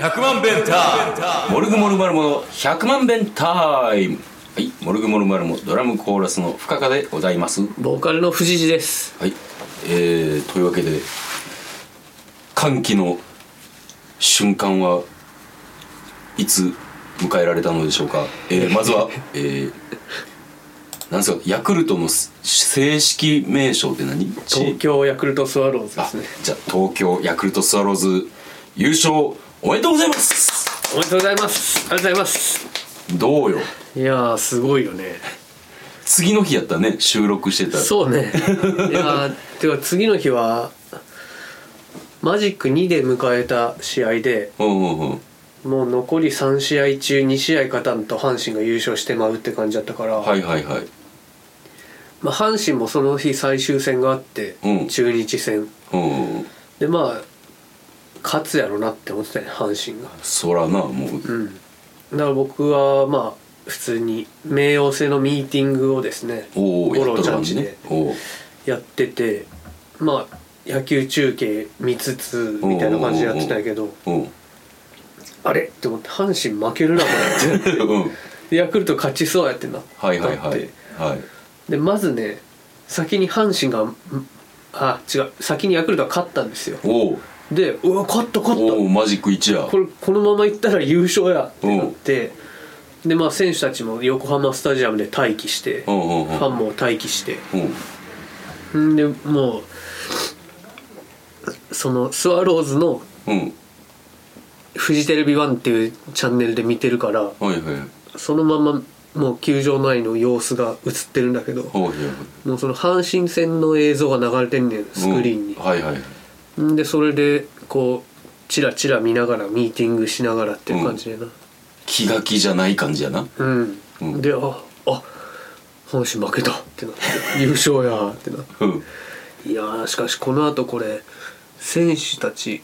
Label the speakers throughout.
Speaker 1: 100万弁タイムモルグモルマルモの100万弁タイムはいモルグモルマルモドラムコーラスの深川でございます
Speaker 2: ボーカルの藤次です
Speaker 1: はいえー、というわけで歓喜の瞬間はいつ迎えられたのでしょうか、え ー、まずはえーなんですかヤクルトの正式名称って何
Speaker 2: 東京ヤクルトスワローズで
Speaker 1: あ
Speaker 2: すね
Speaker 1: じゃあ東京ヤクルトスワローズ優勝おめでとうございます
Speaker 2: おめでとうございますありがとうございます
Speaker 1: どうよ
Speaker 2: いやーすごいよね
Speaker 1: 次の日やったね収録してたら
Speaker 2: そう ねいやーてか次の日はマジック2で迎えた試合で
Speaker 1: うんうんうん
Speaker 2: もう残り3試合中2試合勝たんと阪神が優勝してまうって感じだったから、
Speaker 1: はいはいはい
Speaker 2: まあ、阪神もその日最終戦があって、
Speaker 1: うん
Speaker 2: 中日戦
Speaker 1: うんうんうん
Speaker 2: でまあ勝つやろなって思ってたね阪神が
Speaker 1: そらなもう
Speaker 2: うんだから僕はまあ普通に冥王星のミーティングをですね
Speaker 1: おお
Speaker 2: 五
Speaker 1: やっ
Speaker 2: 郎
Speaker 1: と
Speaker 2: ち
Speaker 1: る
Speaker 2: ゃん
Speaker 1: 感
Speaker 2: ち
Speaker 1: じね
Speaker 2: で
Speaker 1: おう
Speaker 2: やっててまあ野球中継見つつみたいな感じでやってたけど
Speaker 1: うん
Speaker 2: あれって思って阪神負けるなこれって
Speaker 1: うん
Speaker 2: でヤクルト勝ちそうやってな
Speaker 1: はいはい
Speaker 2: なっ
Speaker 1: は
Speaker 2: て
Speaker 1: いはい
Speaker 2: でまずね先に阪神がんあ違う先にヤクルトが勝ったんですよ
Speaker 1: おう
Speaker 2: でうわ勝った勝った
Speaker 1: おうマジック1や
Speaker 2: これこのままいったら優勝やってなって、でまあ選手たちも横浜スタジアムで待機して、
Speaker 1: うんうんうん
Speaker 2: ファンも待機して
Speaker 1: うん
Speaker 2: んでもうそのスワローズの
Speaker 1: うん
Speaker 2: フジテレビ1っていうチャンネルで見てるから
Speaker 1: はいはいはい
Speaker 2: そのままもう球場内の様子が映ってるんだけど
Speaker 1: おういや
Speaker 2: もうその阪神戦の映像が流れてんねんスクリーンに
Speaker 1: うん、はいはい
Speaker 2: んでそれでこうチラチラ見ながらミーティングしながらっていう感じでな、
Speaker 1: 気が気じゃない感じやな
Speaker 2: うん、
Speaker 1: うん
Speaker 2: でああ阪神負けたってなって優勝やーってな
Speaker 1: うん
Speaker 2: いやーしかしこのあとこれ選手たち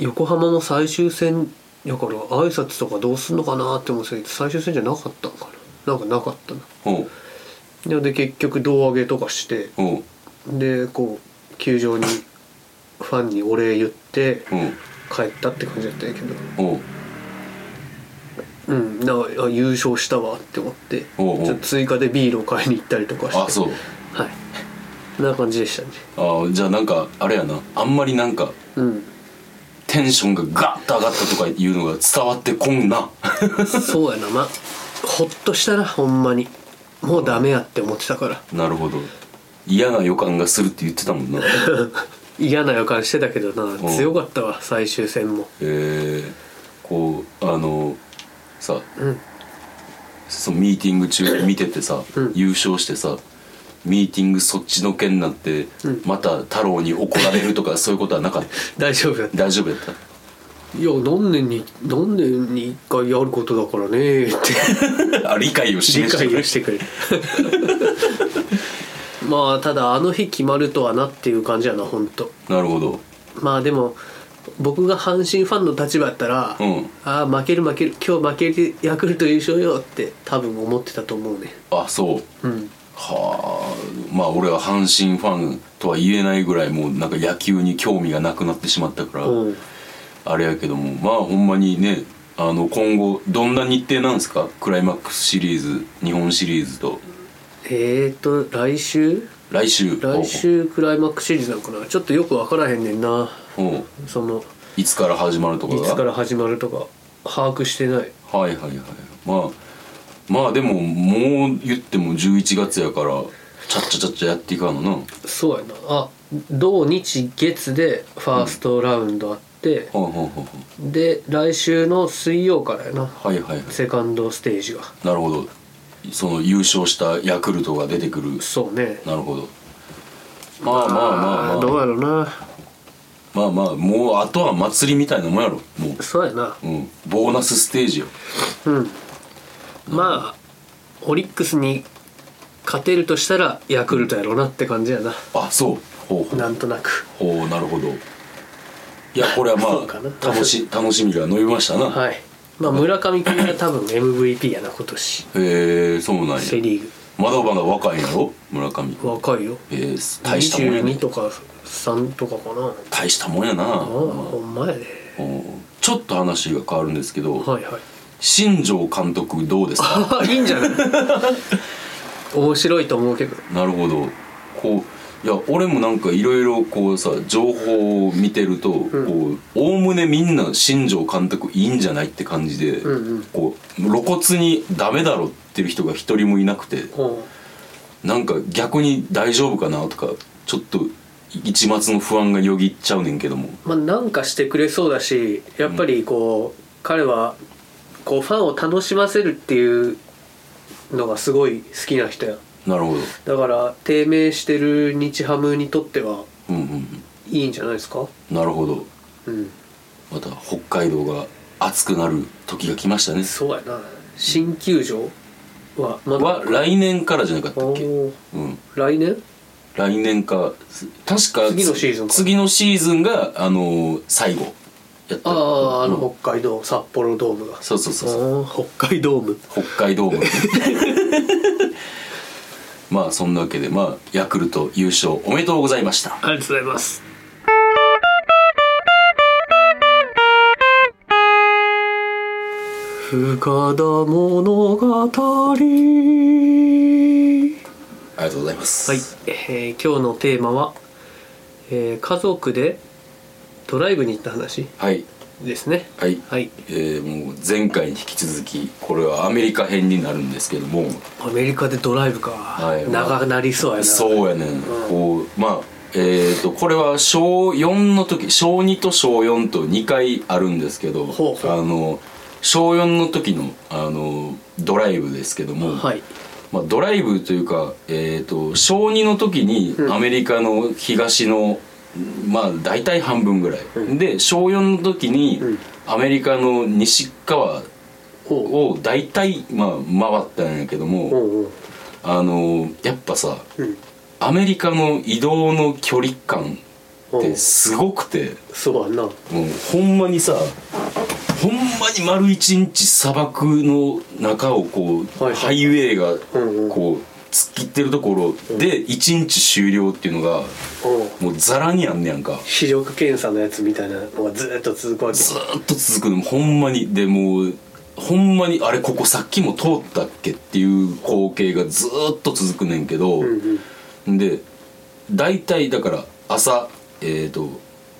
Speaker 2: 横浜の最終戦だから挨拶とかどうすんのかなって思ってたけど最終戦じゃなかったのかななんかなかったな
Speaker 1: おう
Speaker 2: でで結局胴上げとかして
Speaker 1: おう
Speaker 2: でこう球場にファンにお礼言って
Speaker 1: うん
Speaker 2: 帰ったって感じだったんやけど
Speaker 1: おう
Speaker 2: うんなんかあ優勝したわって思ってち
Speaker 1: おうおう
Speaker 2: ょっと追加でビールを買いに行ったりとかして
Speaker 1: あそう
Speaker 2: はい。こんな感じでしたね。
Speaker 1: ああじゃあなんかあれやなあんまりなんか
Speaker 2: うん。
Speaker 1: テンションがガッと上がったとかいうのが伝わってこんな
Speaker 2: そうやな、まあ、ほっとしたな、ほんまに。もうダメやって思ってたから。
Speaker 1: なるほど嫌な予感がするって言ってたもん な
Speaker 2: 嫌な予感してたけどな、強かったわ、最終戦も。
Speaker 1: えー、こうあのさ
Speaker 2: うん。
Speaker 1: そのミーティング中 見ててさ、
Speaker 2: うん
Speaker 1: 優勝してさミーティングそっちのけになって、また太郎に怒られるとか そういうことはなかった
Speaker 2: 大丈夫やった。
Speaker 1: 大丈夫やった
Speaker 2: いや、何年に、何年に一回やることだからね、って
Speaker 1: あ 理解を
Speaker 2: 理
Speaker 1: 示して
Speaker 2: 解
Speaker 1: く
Speaker 2: を
Speaker 1: れ
Speaker 2: してく れる。まあ、ただ、あの日決まるとはなっていう感じやな、ほんと。
Speaker 1: なるほど
Speaker 2: まあでも僕が阪神ファンの立場やったら、
Speaker 1: うん
Speaker 2: ああ負ける負ける今日負けてヤクルト優勝よって多分思ってたと思うね
Speaker 1: あそう
Speaker 2: うん
Speaker 1: はあまあ俺は阪神ファンとは言えないぐらいもうなんか野球に興味がなくなってしまったから、
Speaker 2: うん
Speaker 1: あれやけどもまあほんまにねあの今後どんな日程なんですかクライマックスシリーズ日本シリーズと
Speaker 2: えーと来週
Speaker 1: 来週
Speaker 2: 来週クライマックスシリーズなのかなちょっとよく分からへんねんな
Speaker 1: おうおう
Speaker 2: その
Speaker 1: いつから始まるとか
Speaker 2: い
Speaker 1: が
Speaker 2: つから始まるとか把握してない
Speaker 1: はいはいはいまあまあでももう言っても11月やからちゃっちゃちゃっちゃやっていかんのな
Speaker 2: そうやなあ土日月でファーストラウンドあって、
Speaker 1: ほうほうほうほ
Speaker 2: で来週の水曜からやな
Speaker 1: うはいはいはい
Speaker 2: セカンドステージが
Speaker 1: なるほどその優勝したヤクルトが出てくる
Speaker 2: そうね
Speaker 1: なるほどまあまあまあま
Speaker 2: どう
Speaker 1: あ
Speaker 2: やろうな
Speaker 1: まあまあもうあとは祭りみたいなもんやろも
Speaker 2: そうやな
Speaker 1: う、うん、ボーナスステージよ
Speaker 2: うんまあオリックスに勝てるとしたらヤクルトやろうなって感じやな
Speaker 1: あそうほうほう
Speaker 2: なんとなく
Speaker 1: ほうなるほどいやこれはま
Speaker 2: そうかな
Speaker 1: あ楽 し楽しみが伸びましたな、
Speaker 2: はいまあ村上君が多分 MVP やな今年
Speaker 1: へえそうなんや
Speaker 2: セ・リーグ
Speaker 1: まだおばんが若いんやろ村上、
Speaker 2: 若いよ
Speaker 1: えー大したもんやね
Speaker 2: 22とか3とかかなあ
Speaker 1: 大したもんやな
Speaker 2: あほんまやね
Speaker 1: うんちょっと話が変わるんですけど、
Speaker 2: はいはい
Speaker 1: 新庄監督どうですか
Speaker 2: あいいんじゃない 面白いと思うけど
Speaker 1: なるほどこういや俺もなんかいろいろこうさ情報を見てるとこうおおむねみんな新庄監督いいんじゃないって感じで、
Speaker 2: うんうん
Speaker 1: こう露骨にダメだろっていう人が一人もいなくて
Speaker 2: ほ
Speaker 1: なんか逆に大丈夫かなとかちょっと一抹の不安がよぎっちゃうねんけども
Speaker 2: うまあなんかしてくれそうだしやっぱりこう、彼はこうファンを楽しませるっていうのがすごい好きな人や
Speaker 1: なるほど
Speaker 2: だから低迷してる日ハムにとっては
Speaker 1: うんうんうん
Speaker 2: いいんじゃないですか
Speaker 1: なるほど
Speaker 2: うん
Speaker 1: また北海道が暑くなる時が来ましたね
Speaker 2: そうやな新球場はまだ
Speaker 1: は来年からじゃなかったっけ
Speaker 2: おー
Speaker 1: うん
Speaker 2: 来年
Speaker 1: 来年かす確か
Speaker 2: 次のシーズンか
Speaker 1: 次のシーズンがあのー最後やった
Speaker 2: あああ
Speaker 1: う
Speaker 2: の
Speaker 1: ん
Speaker 2: 北海道札幌ドームが
Speaker 1: そうそうそうそう
Speaker 2: あー北海ドーム
Speaker 1: 北海道もね まあそんなわけでまあヤクルト優勝おめでとうございました
Speaker 2: ありがとうございます深田物語
Speaker 1: ありがとうございます
Speaker 2: はい、えー今日のテーマは、えー家族でドライブに行った話
Speaker 1: はい
Speaker 2: ですね
Speaker 1: はい
Speaker 2: はい
Speaker 1: えーもう前回に引き続きこれはアメリカ編になるんですけども
Speaker 2: アメリカでドライブか、
Speaker 1: い
Speaker 2: 長なりそうやな
Speaker 1: そうやねん
Speaker 2: ん
Speaker 1: こうまあえー、とこれは小4の時小2と小4と2回あるんですけど
Speaker 2: ほうほう
Speaker 1: あの小4の時のあのドライブですけども、
Speaker 2: はい
Speaker 1: まあ、ドライブというか、えー、と小2の時に
Speaker 2: うん
Speaker 1: アメリカの東の、まあ大体半分ぐらい、
Speaker 2: うん
Speaker 1: で小4の時に
Speaker 2: うん
Speaker 1: アメリカの西側
Speaker 2: おう
Speaker 1: を大体、まあ、回ったんやけど
Speaker 2: お
Speaker 1: も、
Speaker 2: うおう
Speaker 1: あのやっぱさ
Speaker 2: うん
Speaker 1: アメリカの移動の距離感っ
Speaker 2: お
Speaker 1: て
Speaker 2: う
Speaker 1: すごくて
Speaker 2: そうやな
Speaker 1: もうほんまにさほんまに丸一日砂漠の中をこう、
Speaker 2: はいはい
Speaker 1: ハイウェイが
Speaker 2: うんうん
Speaker 1: こう突っ切ってるところで一日終了っていうのが
Speaker 2: おう
Speaker 1: もうザラにあんねやんか
Speaker 2: 視力検査のやつみたいなのがずーっと続くわけ
Speaker 1: ずーっと続くのほんまにでもうほんまにあれここさっきも通ったっけっていう光景がずーっと続くねんけど、
Speaker 2: うんうん
Speaker 1: で大体だから朝えっ、と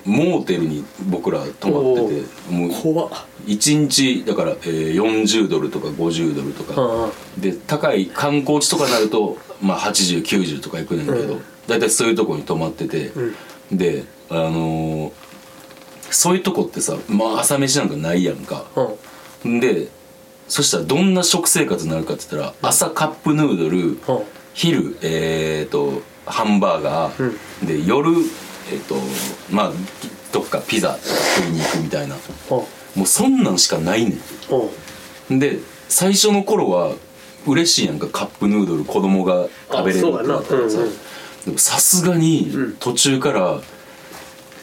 Speaker 1: モーテルに僕ら泊まっててもう
Speaker 2: 怖っ
Speaker 1: 1日だから、えー40ドルとか50ドルとか、
Speaker 2: あ
Speaker 1: で高い観光地とかになると、まあ、8090とか行くねんだけど、
Speaker 2: うん
Speaker 1: 大体そういうとこに泊まってて、であのーそういうとこってさ、まあ、朝飯なんかないやんか、
Speaker 2: あうん
Speaker 1: でそしたらどんな食生活になるかって言ったら朝カップヌードル、
Speaker 2: うん
Speaker 1: 昼えー、とハンバーガー、で夜えっ、とまあどっかピザ食いに行くみたいな
Speaker 2: うん
Speaker 1: もうそんなんしかないね
Speaker 2: うん
Speaker 1: んで最初の頃は嬉しいやんかカップヌードル子供が食べれるってなったら
Speaker 2: あそ
Speaker 1: さ
Speaker 2: うだなうんうん
Speaker 1: でもさすがに
Speaker 2: うん
Speaker 1: 途中から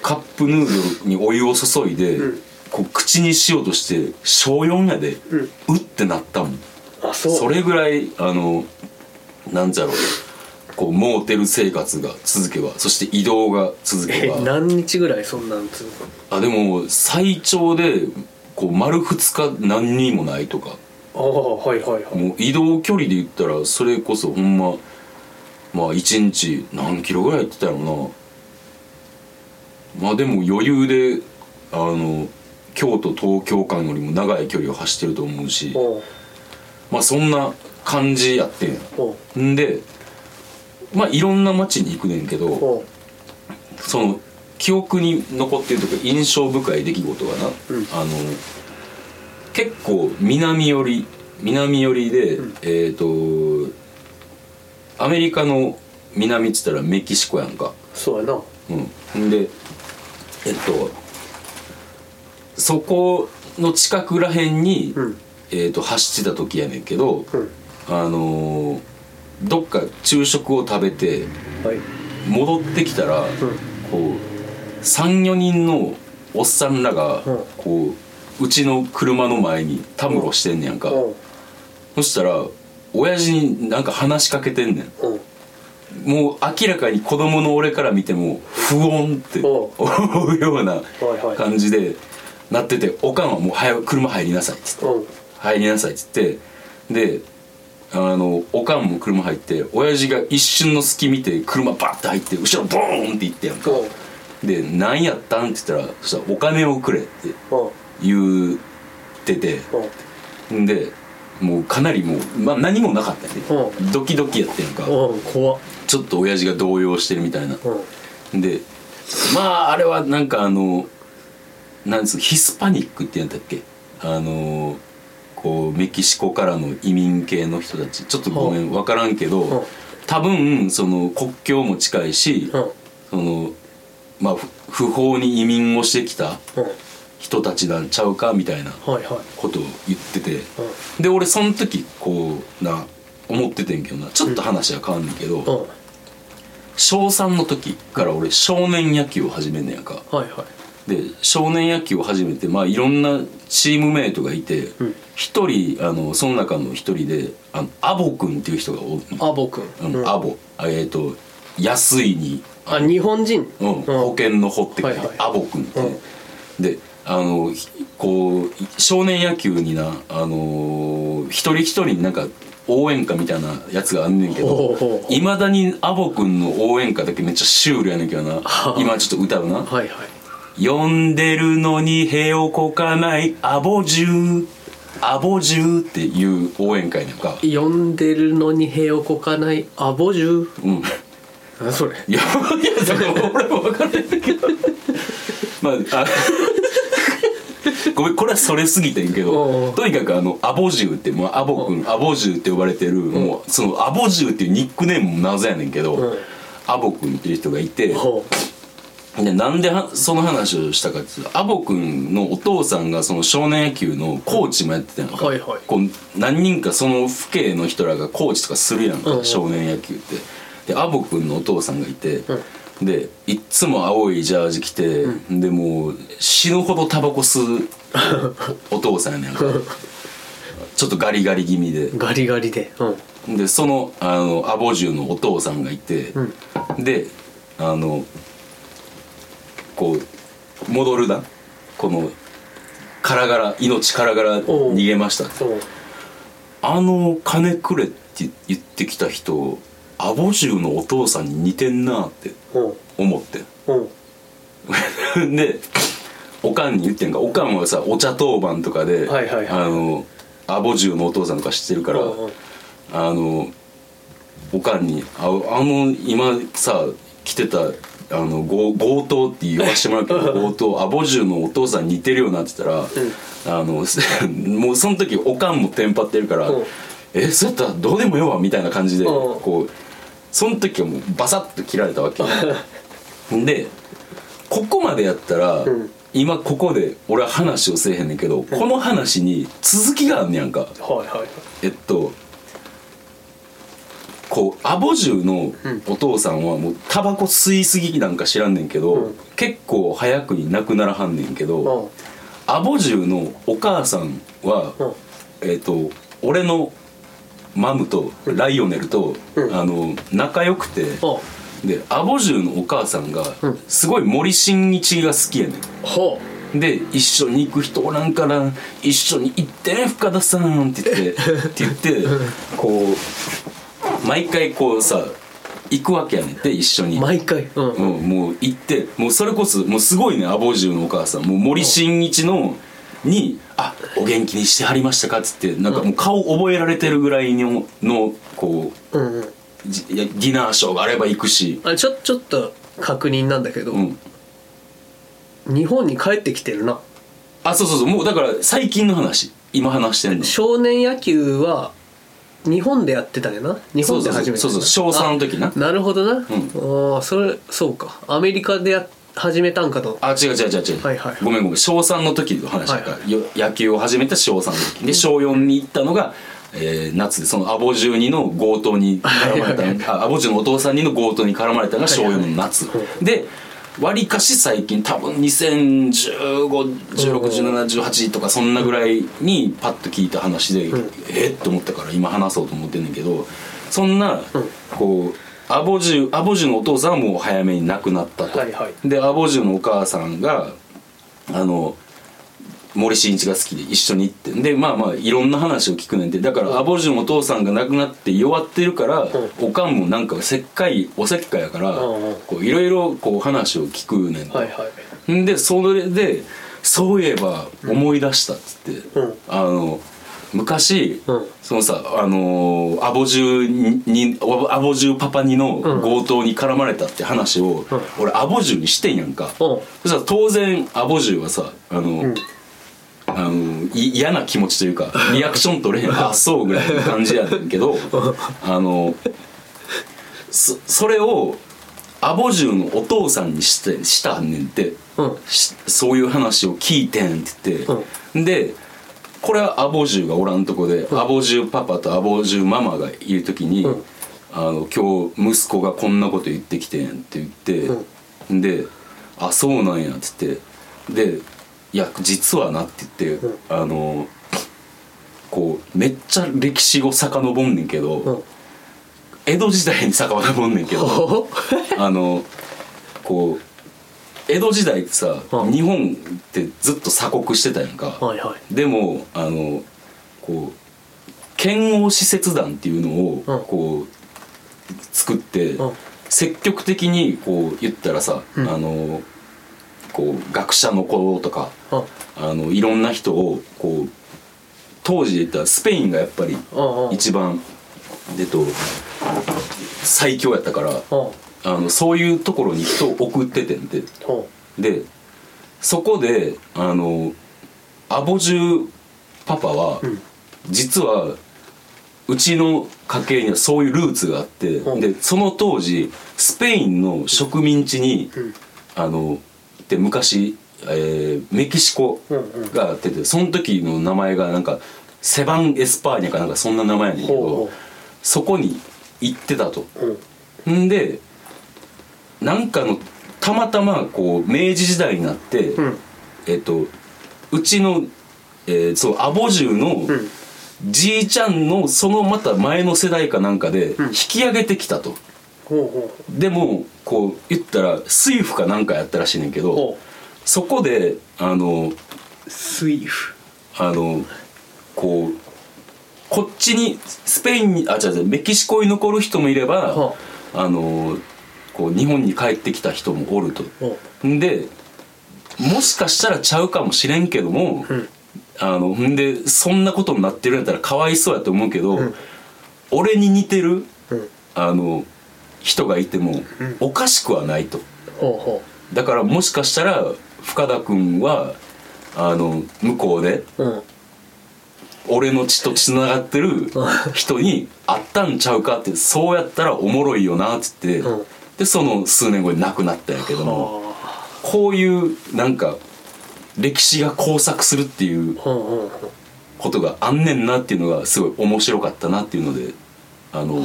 Speaker 1: カップヌードルにお湯を注いで、
Speaker 2: うん
Speaker 1: こう口にしようとして小4やで、
Speaker 2: うん
Speaker 1: うってなったもん
Speaker 2: あそう
Speaker 1: それぐらいあのなんじゃろうこうモーテル生活が続けばそして移動が続け
Speaker 2: え
Speaker 1: ば
Speaker 2: 何日ぐらいそんなん続く
Speaker 1: あでも最長でこう丸2日何にもないとか
Speaker 2: ああはいはいはい
Speaker 1: もう移動距離で言ったらそれこそほんままあ1日何キロぐらい行ってたやろなまあでも余裕であの京都東京間よりも長い距離を走ってると思うし
Speaker 2: おう
Speaker 1: まあそんな感じやってんや
Speaker 2: おうん
Speaker 1: でまあいろんな街に行くねんけど
Speaker 2: おう
Speaker 1: その記憶に残ってるというか印象深い出来事がな、あ
Speaker 2: うん
Speaker 1: の結構南寄り南寄りで、
Speaker 2: うん
Speaker 1: えっ、とアメリカの南っつったらメキシコやんか、
Speaker 2: そうやな
Speaker 1: うん、んでえっとそこの近くらへんに、
Speaker 2: うん
Speaker 1: えー、と走ってた時やねんけど、
Speaker 2: うん
Speaker 1: あのーどっか昼食を食べて
Speaker 2: はい
Speaker 1: 戻ってきたら、こう34人のおっさんらが、
Speaker 2: うん
Speaker 1: こううちの車の前にたむろしてんねやんか、
Speaker 2: おう
Speaker 1: そしたら親父になんか話しかけてんねん
Speaker 2: うん
Speaker 1: もう明らかに子供の俺から見ても不穏って
Speaker 2: おう
Speaker 1: 思うようない
Speaker 2: はい
Speaker 1: 感じでなってておかんはもう早く車入りなさいっつって
Speaker 2: うん
Speaker 1: 入りなさいっつってであのおかんも車入って親父が一瞬の隙見て車バッて入って後ろボーンって行ってやんか
Speaker 2: うん
Speaker 1: で「何やったん?」って言ったらそしたら「お金をくれ」って
Speaker 2: うん
Speaker 1: 言っててんでもうかなりもう、まあ、何もなかったよねドキドキやってんか
Speaker 2: うんうん怖っ
Speaker 1: ちょっと親父が動揺してるみたいな
Speaker 2: うん
Speaker 1: でまああれはなんかあのなんつうヒスパニックって言うんだっけあのこうメキシコからの移民系の人たちちょっとごめん分からんけ
Speaker 2: うん
Speaker 1: ど多分その国境も近いし
Speaker 2: うん
Speaker 1: そのまあふ不法に移民をしてきた
Speaker 2: うん
Speaker 1: 人たちなんちゃうかみたいな
Speaker 2: はいはい
Speaker 1: ことを言ってて
Speaker 2: うん
Speaker 1: で俺その時こうな思っててんけどなちょっと話は変わんねんけど
Speaker 2: うん
Speaker 1: 小3の時から俺少年野球を始めんねやんか
Speaker 2: はいはい
Speaker 1: で少年野球を始めてまあいろんなチームメイトがいて
Speaker 2: うん
Speaker 1: 一、人あのその中の一人であのアボ君っていう人がおる
Speaker 2: アボ君
Speaker 1: あの、アボあえっ、と安いに、
Speaker 2: あ日本人
Speaker 1: うん保険の保って書いて、
Speaker 2: はいはい
Speaker 1: アボ君って、
Speaker 2: うん
Speaker 1: であのひこう少年野球になあのー一人一人になんか応援歌みたいなやつがあんねんけ
Speaker 2: ほう
Speaker 1: ど
Speaker 2: ほうほう
Speaker 1: いまだにアボ君の応援歌だけめっちゃシュールやねんけどな今ちょっと歌うな
Speaker 2: はいはい
Speaker 1: 呼んでるのに屁をこかないアボジューアボジューっていう応援会なんか、
Speaker 2: 呼んでるのに屁をこかないアボジュ
Speaker 1: うん、い
Speaker 2: 何それ
Speaker 1: やいやだから俺も分からないけどまああごめんこれはそれすぎてんけ
Speaker 2: おうお
Speaker 1: ど
Speaker 2: う
Speaker 1: とにかくあのアボジューってもうアボ君アボジューって呼ばれてるもうそのアボジューっていうニックネームも謎やねんけ
Speaker 2: うん
Speaker 1: どアボ君っていう人がいて
Speaker 2: ほ
Speaker 1: でなんではその話をしたかっていうとアボ君のお父さんがその少年野球のコーチもやってたのか、
Speaker 2: はいはい
Speaker 1: こう何人かその父兄の人らがコーチとかするやんか、
Speaker 2: うんうん
Speaker 1: 少年野球ってでアボ君のお父さんがいて、
Speaker 2: ん
Speaker 1: でいっつも青いジャージ着て、でもう死ぬほどタバコ吸うお父さんや ねんかちょっとガリガリ気味で
Speaker 2: うガリガリでうん
Speaker 1: でそのあのアボジュのお父さんがいて、であのこう戻るなこのからがら命からがら
Speaker 2: おう
Speaker 1: 逃げました
Speaker 2: そう
Speaker 1: あの金くれって言ってきた人アボジュのお父さんに似てんなって
Speaker 2: うん
Speaker 1: 思って ん
Speaker 2: うん
Speaker 1: でおかんに言ってんかおかんはさお茶当番とかで、
Speaker 2: はいはいはい
Speaker 1: あのアボジュのお父さんとか知ってるから、
Speaker 2: うんうん
Speaker 1: あのおかんにあ「あの今さ来てたあの強強盗って言わしてもらうけど強盗アボジュのお父さん似てるよな」って言ったら、あの すもうその時おかんもテンパってるから「
Speaker 2: うん
Speaker 1: えそうやったらどうでもよわ」みたいな感じで、
Speaker 2: うん
Speaker 1: こうその時はもうバサッと切られた わけでここまでやったら、
Speaker 2: ん
Speaker 1: 今ここで俺は話をせえへんねんけど、この話に続きがあんねやんか。
Speaker 2: はいはいはい
Speaker 1: えっとこうアボジュの
Speaker 2: ん
Speaker 1: お父さんはもうタバコ吸いすぎなんか知らんねんけど、
Speaker 2: うん
Speaker 1: 結構早くに亡くならはんねんけど、
Speaker 2: うん
Speaker 1: アボジュのお母さんは、
Speaker 2: うん
Speaker 1: えっと俺のマムとライオネルと、
Speaker 2: うん
Speaker 1: あの仲良くて、
Speaker 2: うん
Speaker 1: でアボジュのお母さんが
Speaker 2: うん
Speaker 1: すごい森進一が好きやねん。
Speaker 2: ほ
Speaker 1: で一緒に行く人おらんから一緒に行って深田さんって 言ってって言ってこう毎回こうさ行くわけやねんって一緒
Speaker 2: う
Speaker 1: に、
Speaker 2: 毎回うん
Speaker 1: うん、もう行ってもうそれこそもうすごいねアボジュのお母さんもう森進一のに「あお元気にしてはりましたか」っつってなんかもう顔覚えられてるぐらいののこう
Speaker 2: うんうん
Speaker 1: じいやディナーショーがあれば行くし、
Speaker 2: あちょちょっと確認なんだけど
Speaker 1: うん、
Speaker 2: 日本に帰ってきてるな
Speaker 1: あそうそうそうもうだから最近の話今話してんの
Speaker 2: 少年野球は日本でやってたんやな日本で始めたん
Speaker 1: そ
Speaker 2: やな
Speaker 1: うそうそうそう小三の時な
Speaker 2: あなるほどな、
Speaker 1: ん
Speaker 2: ああそれそうかアメリカでや始めたんかと
Speaker 1: あ違う違う違う違う、
Speaker 2: はいはい
Speaker 1: ごめんごめん小3の時の話だから、
Speaker 2: はい
Speaker 1: よ野球を始めた小3の時で小4に行ったのが、えー夏でそのアボ12の強盗に絡まれたのあアボ12のお父さんにの強盗に絡まれたのが小4の夏、
Speaker 2: はいはい
Speaker 1: でわりかし最近多分2015161718とかそんなぐらいにパッと聞いた話で、
Speaker 2: うん
Speaker 1: えっと思ったから今話そうと思ってんねんけどそんなこうアボジュアボジュのお父さんはもう早めに亡くなったと、
Speaker 2: はいはい
Speaker 1: でアボジュのお母さんがあの森進一が好きで一緒に行ってんでまあまあいろんな話を聞くねんてだからアボジュのお父さんが亡くなって弱ってるから、
Speaker 2: う
Speaker 1: おかんもなんかせっかいおせっかいやから、
Speaker 2: うんうん
Speaker 1: こういろいろこう話を聞くねんて、
Speaker 2: はいはい
Speaker 1: んでそれでそういえば思い出したっつって、
Speaker 2: うん
Speaker 1: あの昔、
Speaker 2: うん
Speaker 1: そのさあのーアボジュにアボジュパパにの強盗に絡まれたって話を、
Speaker 2: うん
Speaker 1: 俺アボジュにしてんやんか、
Speaker 2: うん
Speaker 1: そしたら当然アボジュはさあの、
Speaker 2: うん
Speaker 1: あのい嫌な気持ちというかリアクション取れへんあそうぐらいの感じやねんけどあのそそれをアボジュのお父さんにしてしたんねんって、
Speaker 2: うん
Speaker 1: しそういう話を聞いてんって言って、でこれはアボジュがおらんとこで、アボジュパパとアボジュママがいる時に、
Speaker 2: うん
Speaker 1: あの今日息子がこんなこと言ってきてんって言って、で「あそうなんや」っつってで「いや実はな」って言って、
Speaker 2: うん
Speaker 1: あのこうめっちゃ歴史を遡んねんけど、
Speaker 2: うん
Speaker 1: 江戸時代に遡んねんけど
Speaker 2: お
Speaker 1: あのこう江戸時代ってさ、
Speaker 2: うん
Speaker 1: 日本ってずっと鎖国してたやんか。
Speaker 2: はいはい
Speaker 1: でもあのこう剣王使節団っていうのを
Speaker 2: うん
Speaker 1: こう作って、
Speaker 2: うん
Speaker 1: 積極的にこう言ったらさ、
Speaker 2: うん
Speaker 1: あのこう学者の子とか
Speaker 2: あ
Speaker 1: あのいろんな人をこう当時で言ったらスペインがやっぱり
Speaker 2: あああ
Speaker 1: 一番、えっと、最強やったから
Speaker 2: あ
Speaker 1: あのそういうところに人を送っててんて。
Speaker 2: あ
Speaker 1: でそこであのアボジュパパは、
Speaker 2: ん
Speaker 1: 実はうちの家系にはそういうルーツがあって、
Speaker 2: うん
Speaker 1: でその当時スペインの植民地に、
Speaker 2: うん
Speaker 1: あので昔、えーメキシコがあってて、その時の名前がなんかセバン・エスパーニャかなんかそんな名前やねんけど
Speaker 2: ほうほう
Speaker 1: そこに行ってたと。
Speaker 2: うん
Speaker 1: んでなんかのたまたまこう明治時代になって、
Speaker 2: うん
Speaker 1: えっとうちの、えーそうアボジュの、
Speaker 2: うん
Speaker 1: じいちゃんのそのまた前の世代かなんかで
Speaker 2: ん
Speaker 1: 引き上げてきたと、
Speaker 2: ほうほう
Speaker 1: でもこう言ったら水夫かなんかやったらしいねんけど
Speaker 2: ほ
Speaker 1: そこであの
Speaker 2: うスイフ
Speaker 1: あのこうこっちにスペインにあ違う違うメキシコに残る人もいれば、
Speaker 2: は
Speaker 1: あのこう日本に帰ってきた人もおると。
Speaker 2: お
Speaker 1: んでもしかしたらちゃうかもしれんけども、
Speaker 2: ん
Speaker 1: あのんでそんなことになってるんやったらかわいそうやと思うけど、
Speaker 2: ん
Speaker 1: 俺に似てる
Speaker 2: うん
Speaker 1: あの人がいても
Speaker 2: ん
Speaker 1: おかしくはないと。
Speaker 2: ほうほ
Speaker 1: だからもしかしたら深田君はあの向こうで
Speaker 2: ううん
Speaker 1: 俺の血とつながってる人に会ったんちゃうかってそうやったらおもろいよなっつって、
Speaker 2: うん
Speaker 1: でその数年後に亡くなったんやけども
Speaker 2: あ
Speaker 1: こういうなんか歴史が交錯するっていう
Speaker 2: あうんうんうん
Speaker 1: ことがあんねんなっていうのがすごい面白かったなっていうのであの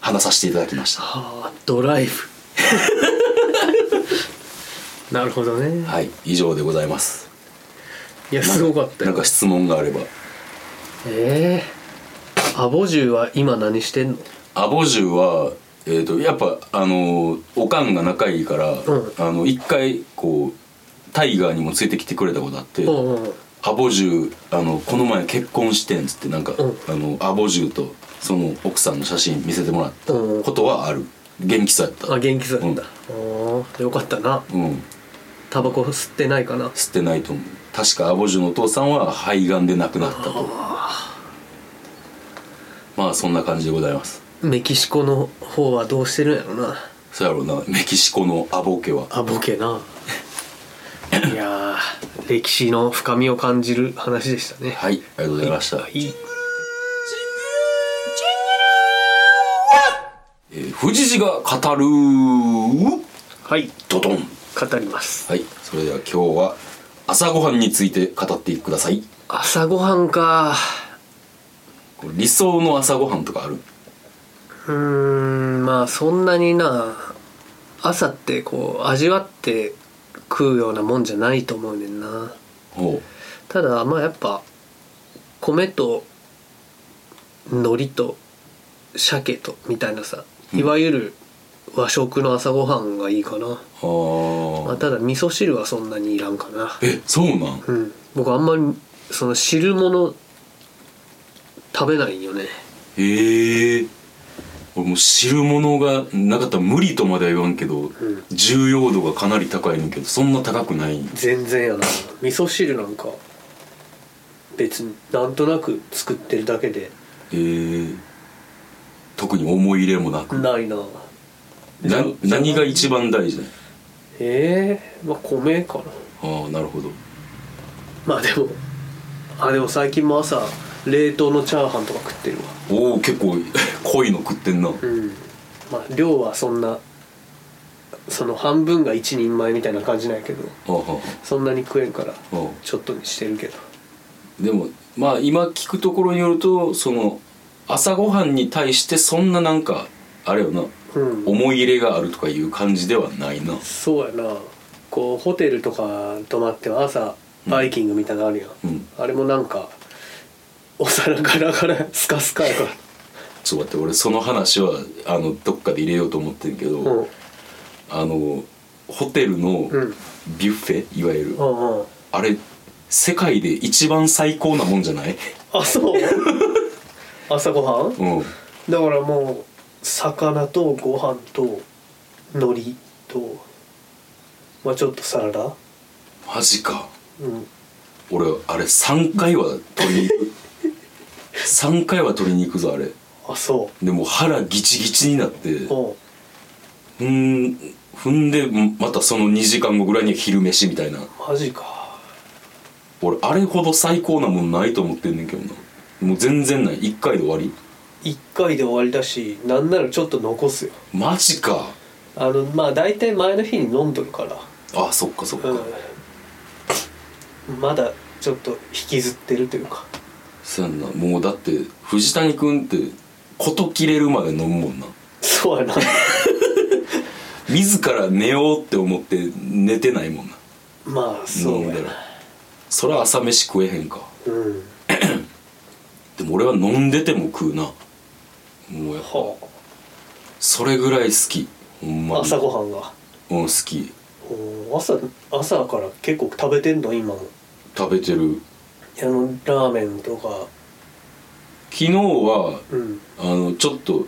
Speaker 1: 話させていただきました。
Speaker 2: はあドライブ なるほどね
Speaker 1: はい以上でございます。
Speaker 2: いやすごかった
Speaker 1: なん
Speaker 2: よ
Speaker 1: か質問があれば
Speaker 2: ええアボジュは今何してんの
Speaker 1: アボジュは、えー、とやっぱあのおかんが仲いいから、
Speaker 2: ん
Speaker 1: あの一回こうタイガーにもついてきてくれたことあって、
Speaker 2: うんうんうん
Speaker 1: アボジュあのこの前結婚してんっつってなんか、
Speaker 2: うん
Speaker 1: あのアボジュとその奥さんの写真見せてもらった
Speaker 2: うん
Speaker 1: ことはある元気そうやった
Speaker 2: あ元気そうだった、おーよかったな
Speaker 1: うん
Speaker 2: タバコ吸ってないかな
Speaker 1: 吸ってないと思う確かアボジュのお父さんは肺がんで亡くなったとまあそんな感じでございます
Speaker 2: メキシコの方はどうしてるんやろな
Speaker 1: そうやろうなメキシコのアボ家は
Speaker 2: あボケ ないやー歴史の深みを感じる話でしたね
Speaker 1: はいありがとうございました、
Speaker 2: いい
Speaker 1: えー、藤次が語る
Speaker 2: はい
Speaker 1: ドドン
Speaker 2: 語ります
Speaker 1: はいそれでは今日は朝ごはんについて語ってください
Speaker 2: 朝ごはんか
Speaker 1: これ理想の朝ごはんとかある
Speaker 2: うーんまあそんなにな朝ってこう味わって食うようなもんじゃないと思うねんな
Speaker 1: ほ
Speaker 2: ただまあやっぱ米と海苔と鮭とみたいなさ
Speaker 1: うん
Speaker 2: いわゆる和食の朝ごはんがいいかな、
Speaker 1: う
Speaker 2: ま
Speaker 1: あ
Speaker 2: あ、
Speaker 1: あ
Speaker 2: ただ味噌汁はそんなにいらんかな
Speaker 1: えそうなん
Speaker 2: うん僕あんまりその汁物食べないよね
Speaker 1: へえ俺もう汁物がなかったら無理とまでは言わんけど、
Speaker 2: ん
Speaker 1: 重要度がかなり高いねんけどそんな高くないん
Speaker 2: 全然やな味噌汁なんか別になんとなく作ってるだけで
Speaker 1: えー、特に思い入れもなく、
Speaker 2: ないな
Speaker 1: な
Speaker 2: じゃあ
Speaker 1: 何が一番大事な
Speaker 2: ええまあ米かな
Speaker 1: のああなるほど
Speaker 2: まあでもあでも最近も朝冷凍のチャーハンとか食ってるわ
Speaker 1: おお結構 濃いの食ってんな
Speaker 2: うんまあ量はそんなその半分が一人前みたいな感じなんやけど
Speaker 1: あああ
Speaker 2: そんなに食えんか
Speaker 1: あ
Speaker 2: ら
Speaker 1: あ
Speaker 2: ちょっとにしてるけど
Speaker 1: あでもまあ今聞くところによるとその朝ごはんに対してそんななんかあれよな
Speaker 2: うん
Speaker 1: 思い入れがあるとかいう感じではないな
Speaker 2: そうやなこうホテルとか泊まっては朝バイキングみたいなのあるや
Speaker 1: う
Speaker 2: ん、
Speaker 1: ん
Speaker 2: あれもなんかお皿ガラガラスカスカやから
Speaker 1: ちょっと待って俺その話はあのどっかで入れようと思ってんけど、
Speaker 2: うん
Speaker 1: あのホテルの
Speaker 2: うん
Speaker 1: ビュッフェ、いわゆる、
Speaker 2: うんうん
Speaker 1: あれ世界で一番最高なもんじゃない
Speaker 2: あ そう朝ごはん
Speaker 1: うん
Speaker 2: だからもう魚とご飯と海苔とまあちょっとサラダ
Speaker 1: マジか
Speaker 2: うん
Speaker 1: 俺あれ3回は取りに行 く3回は取りに行くぞあれ
Speaker 2: あそ
Speaker 1: でもう腹ギチギチになって
Speaker 2: ううん
Speaker 1: ふん踏んでまたその2時間後ぐらいには昼飯みたいな
Speaker 2: マジか
Speaker 1: 俺あれほど最高なもんないと思ってんねんけどなもう全然ない1回で終わり
Speaker 2: 1回で終わりだしなんならちょっと残すよ
Speaker 1: マジか
Speaker 2: あのまあ大体前の日に飲んどるから
Speaker 1: あそっかそっか、
Speaker 2: うん、まだちょっと引きずってるというか
Speaker 1: そうやんなもうだって藤谷君って事切れるまで飲むもんな
Speaker 2: そうやな
Speaker 1: 自ら寝ようって思って寝てないもんな
Speaker 2: まあそう
Speaker 1: 飲ん
Speaker 2: や
Speaker 1: でる
Speaker 2: な
Speaker 1: そら朝飯食えへんか
Speaker 2: うん
Speaker 1: でも俺は飲んでても食うなもうやっぱ
Speaker 2: は
Speaker 1: それぐらい好きほんま
Speaker 2: あ
Speaker 1: に
Speaker 2: 朝ごはんが
Speaker 1: うん好き
Speaker 2: おー朝朝から結構食べてんの今も
Speaker 1: 食べてる
Speaker 2: あのラーメンとか
Speaker 1: 昨日は
Speaker 2: うん
Speaker 1: あのちょっと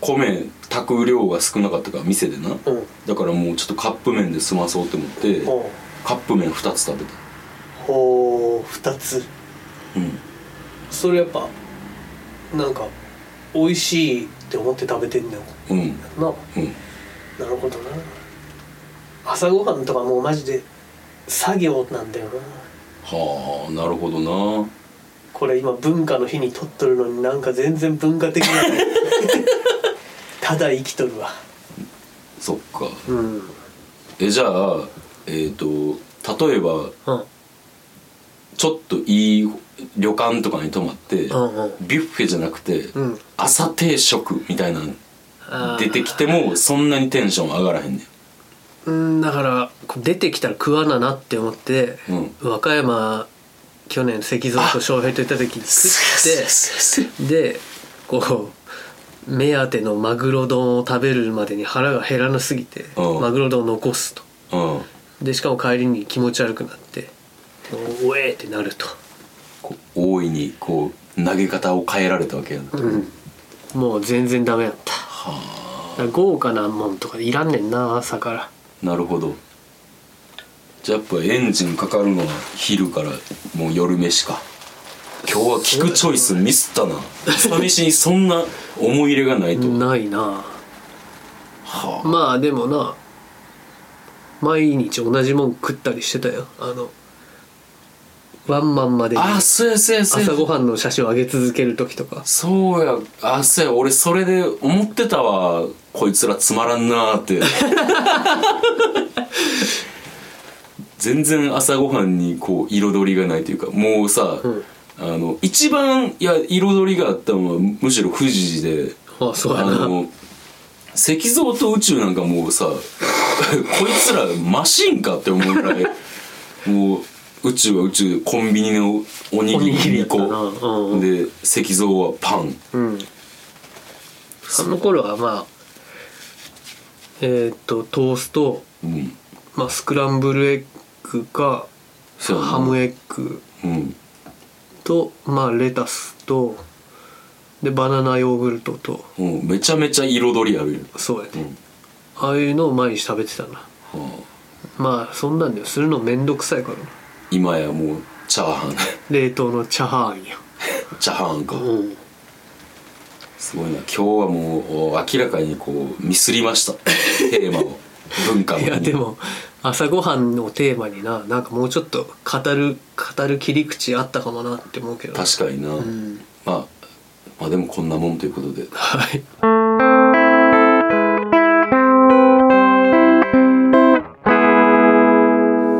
Speaker 1: 米炊く量が少なかったから店でな
Speaker 2: うん
Speaker 1: だからもうちょっとカップ麺で済まそうと思って
Speaker 2: うん
Speaker 1: カップ麺2つ食べた
Speaker 2: ほう2つ
Speaker 1: うん
Speaker 2: それやっぱなんか美味しいって思って食べてんだよ
Speaker 1: うん
Speaker 2: な
Speaker 1: うん
Speaker 2: なるほどな朝ごはんとかもうマジで作業なんだよな
Speaker 1: はあなるほどな
Speaker 2: これ今文化の日に撮っとるのになんか全然文化的 なただ生きとるわ
Speaker 1: そっか
Speaker 2: うん
Speaker 1: えじゃあえっ、と例えば
Speaker 2: うん
Speaker 1: ちょっといい旅館とかに泊まって、
Speaker 2: うんうん
Speaker 1: ビュッフェじゃなくて、
Speaker 2: うん
Speaker 1: 朝定食みたいなの出てきてもそんなにテンション上がらへんねん
Speaker 2: うんだからこう出てきたら食わななって思って、
Speaker 1: うん
Speaker 2: 和歌山去年石像と翔平と行った時に食ってでこう目当てのマグロ丼を食べるまでに腹が減らなすぎて
Speaker 1: うん
Speaker 2: マグロ丼を残すと
Speaker 1: うん
Speaker 2: でしかも帰りに気持ち悪くなって「おえ!」ってなると、
Speaker 1: こう大いにこう投げ方を変えられたわけやな、
Speaker 2: もう全然ダメだっただから豪華なもんとかいらんねんな朝から
Speaker 1: なるほどじゃあやっぱエンジンかかるのは昼からもう夜飯か今日は聞くチョイスミスったな朝飯にそんな思い入れがないと、
Speaker 2: ないな
Speaker 1: はあ
Speaker 2: まあでもな毎日同じもん食ったりしてたよあのワンマンまでに
Speaker 1: あそうやそうやそうや
Speaker 2: 朝ごはんの写真を上げ続ける時とか
Speaker 1: そうやあそうや俺それで思ってたわこいつらつまらんなーって 全然朝ごはんにこう彩りがないというかもうさ、
Speaker 2: うん
Speaker 1: あの一番いや彩りがあったのはむしろ富士で
Speaker 2: あそうや
Speaker 1: あ
Speaker 2: な
Speaker 1: の石像と宇宙なんかもうさこいつらマシンかって思うぐらいもう宇宙は宇宙でコンビニのおにぎり2個
Speaker 2: おにぎりやったなうんうん
Speaker 1: で石像はパン
Speaker 2: うんあの頃はまあえーっとトースト、
Speaker 1: うん
Speaker 2: まあ、スクランブルエッグか
Speaker 1: そうやな
Speaker 2: ハムエッグ
Speaker 1: うん
Speaker 2: と、まあ、レタスとでバナナヨーグルトと
Speaker 1: もうめちゃめちゃ彩りあるよ、
Speaker 2: そうや
Speaker 1: う
Speaker 2: ね、
Speaker 1: ん
Speaker 2: ああいうのを毎日食べてたな
Speaker 1: はあ
Speaker 2: まあそんなんだよするのめんどくさいからな
Speaker 1: 今やもうチャーハン
Speaker 2: 冷凍のチャーハンや
Speaker 1: チャーハンか
Speaker 2: うん
Speaker 1: すごいな今日はもうお明らかにこうミスりました テーマを文化の
Speaker 2: いやでも朝ごはんのテーマにななんかもうちょっと語る語る切り口あったかもなって思うけど
Speaker 1: 確かにな、
Speaker 2: ん
Speaker 1: まあまあでもこんなもんということで
Speaker 2: はい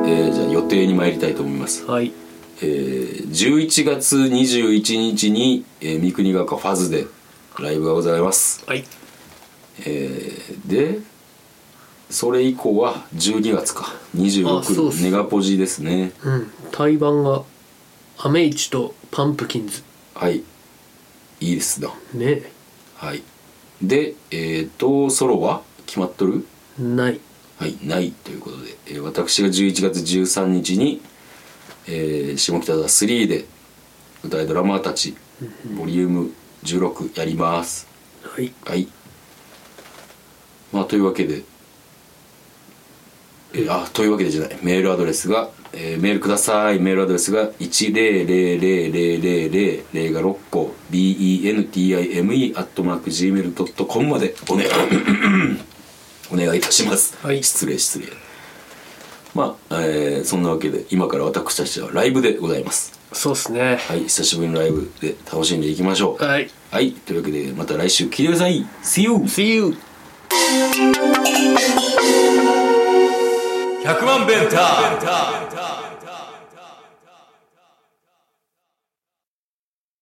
Speaker 1: えーじゃあ予定に参りたいと思います、
Speaker 2: はい
Speaker 1: えー11月21日に、えー三国ヶ丘ファズでライブがございます、
Speaker 2: はい
Speaker 1: えーでそれ以降は12月か
Speaker 2: あそうっ
Speaker 1: 26
Speaker 2: す
Speaker 1: ネガポジですね
Speaker 2: うん対バンがアメイチとパンプキンズ
Speaker 1: はいいいですな
Speaker 2: ね
Speaker 1: はいでえっ、とソロは決まっとる
Speaker 2: ない
Speaker 1: はい、ないということで、えー私が11月13日に、えー下北沢3で歌いドラマーたちボリューム16やります
Speaker 2: はい
Speaker 1: はいまあというわけで、えーあというわけでじゃないメールアドレスが、えーメールくださいメールアドレスが1000000零が6個 bentime.gmail.com までお願いお願いいたします、
Speaker 2: はい
Speaker 1: 失礼失礼まあ、えーそんなわけで今から私たちはライブでございます
Speaker 2: そうっすね
Speaker 1: はい久しぶりのライブで楽しんでいきましょう
Speaker 2: はい
Speaker 1: はい、というわけでまた来週聞いてください See you!
Speaker 2: See you
Speaker 1: 100万ベンター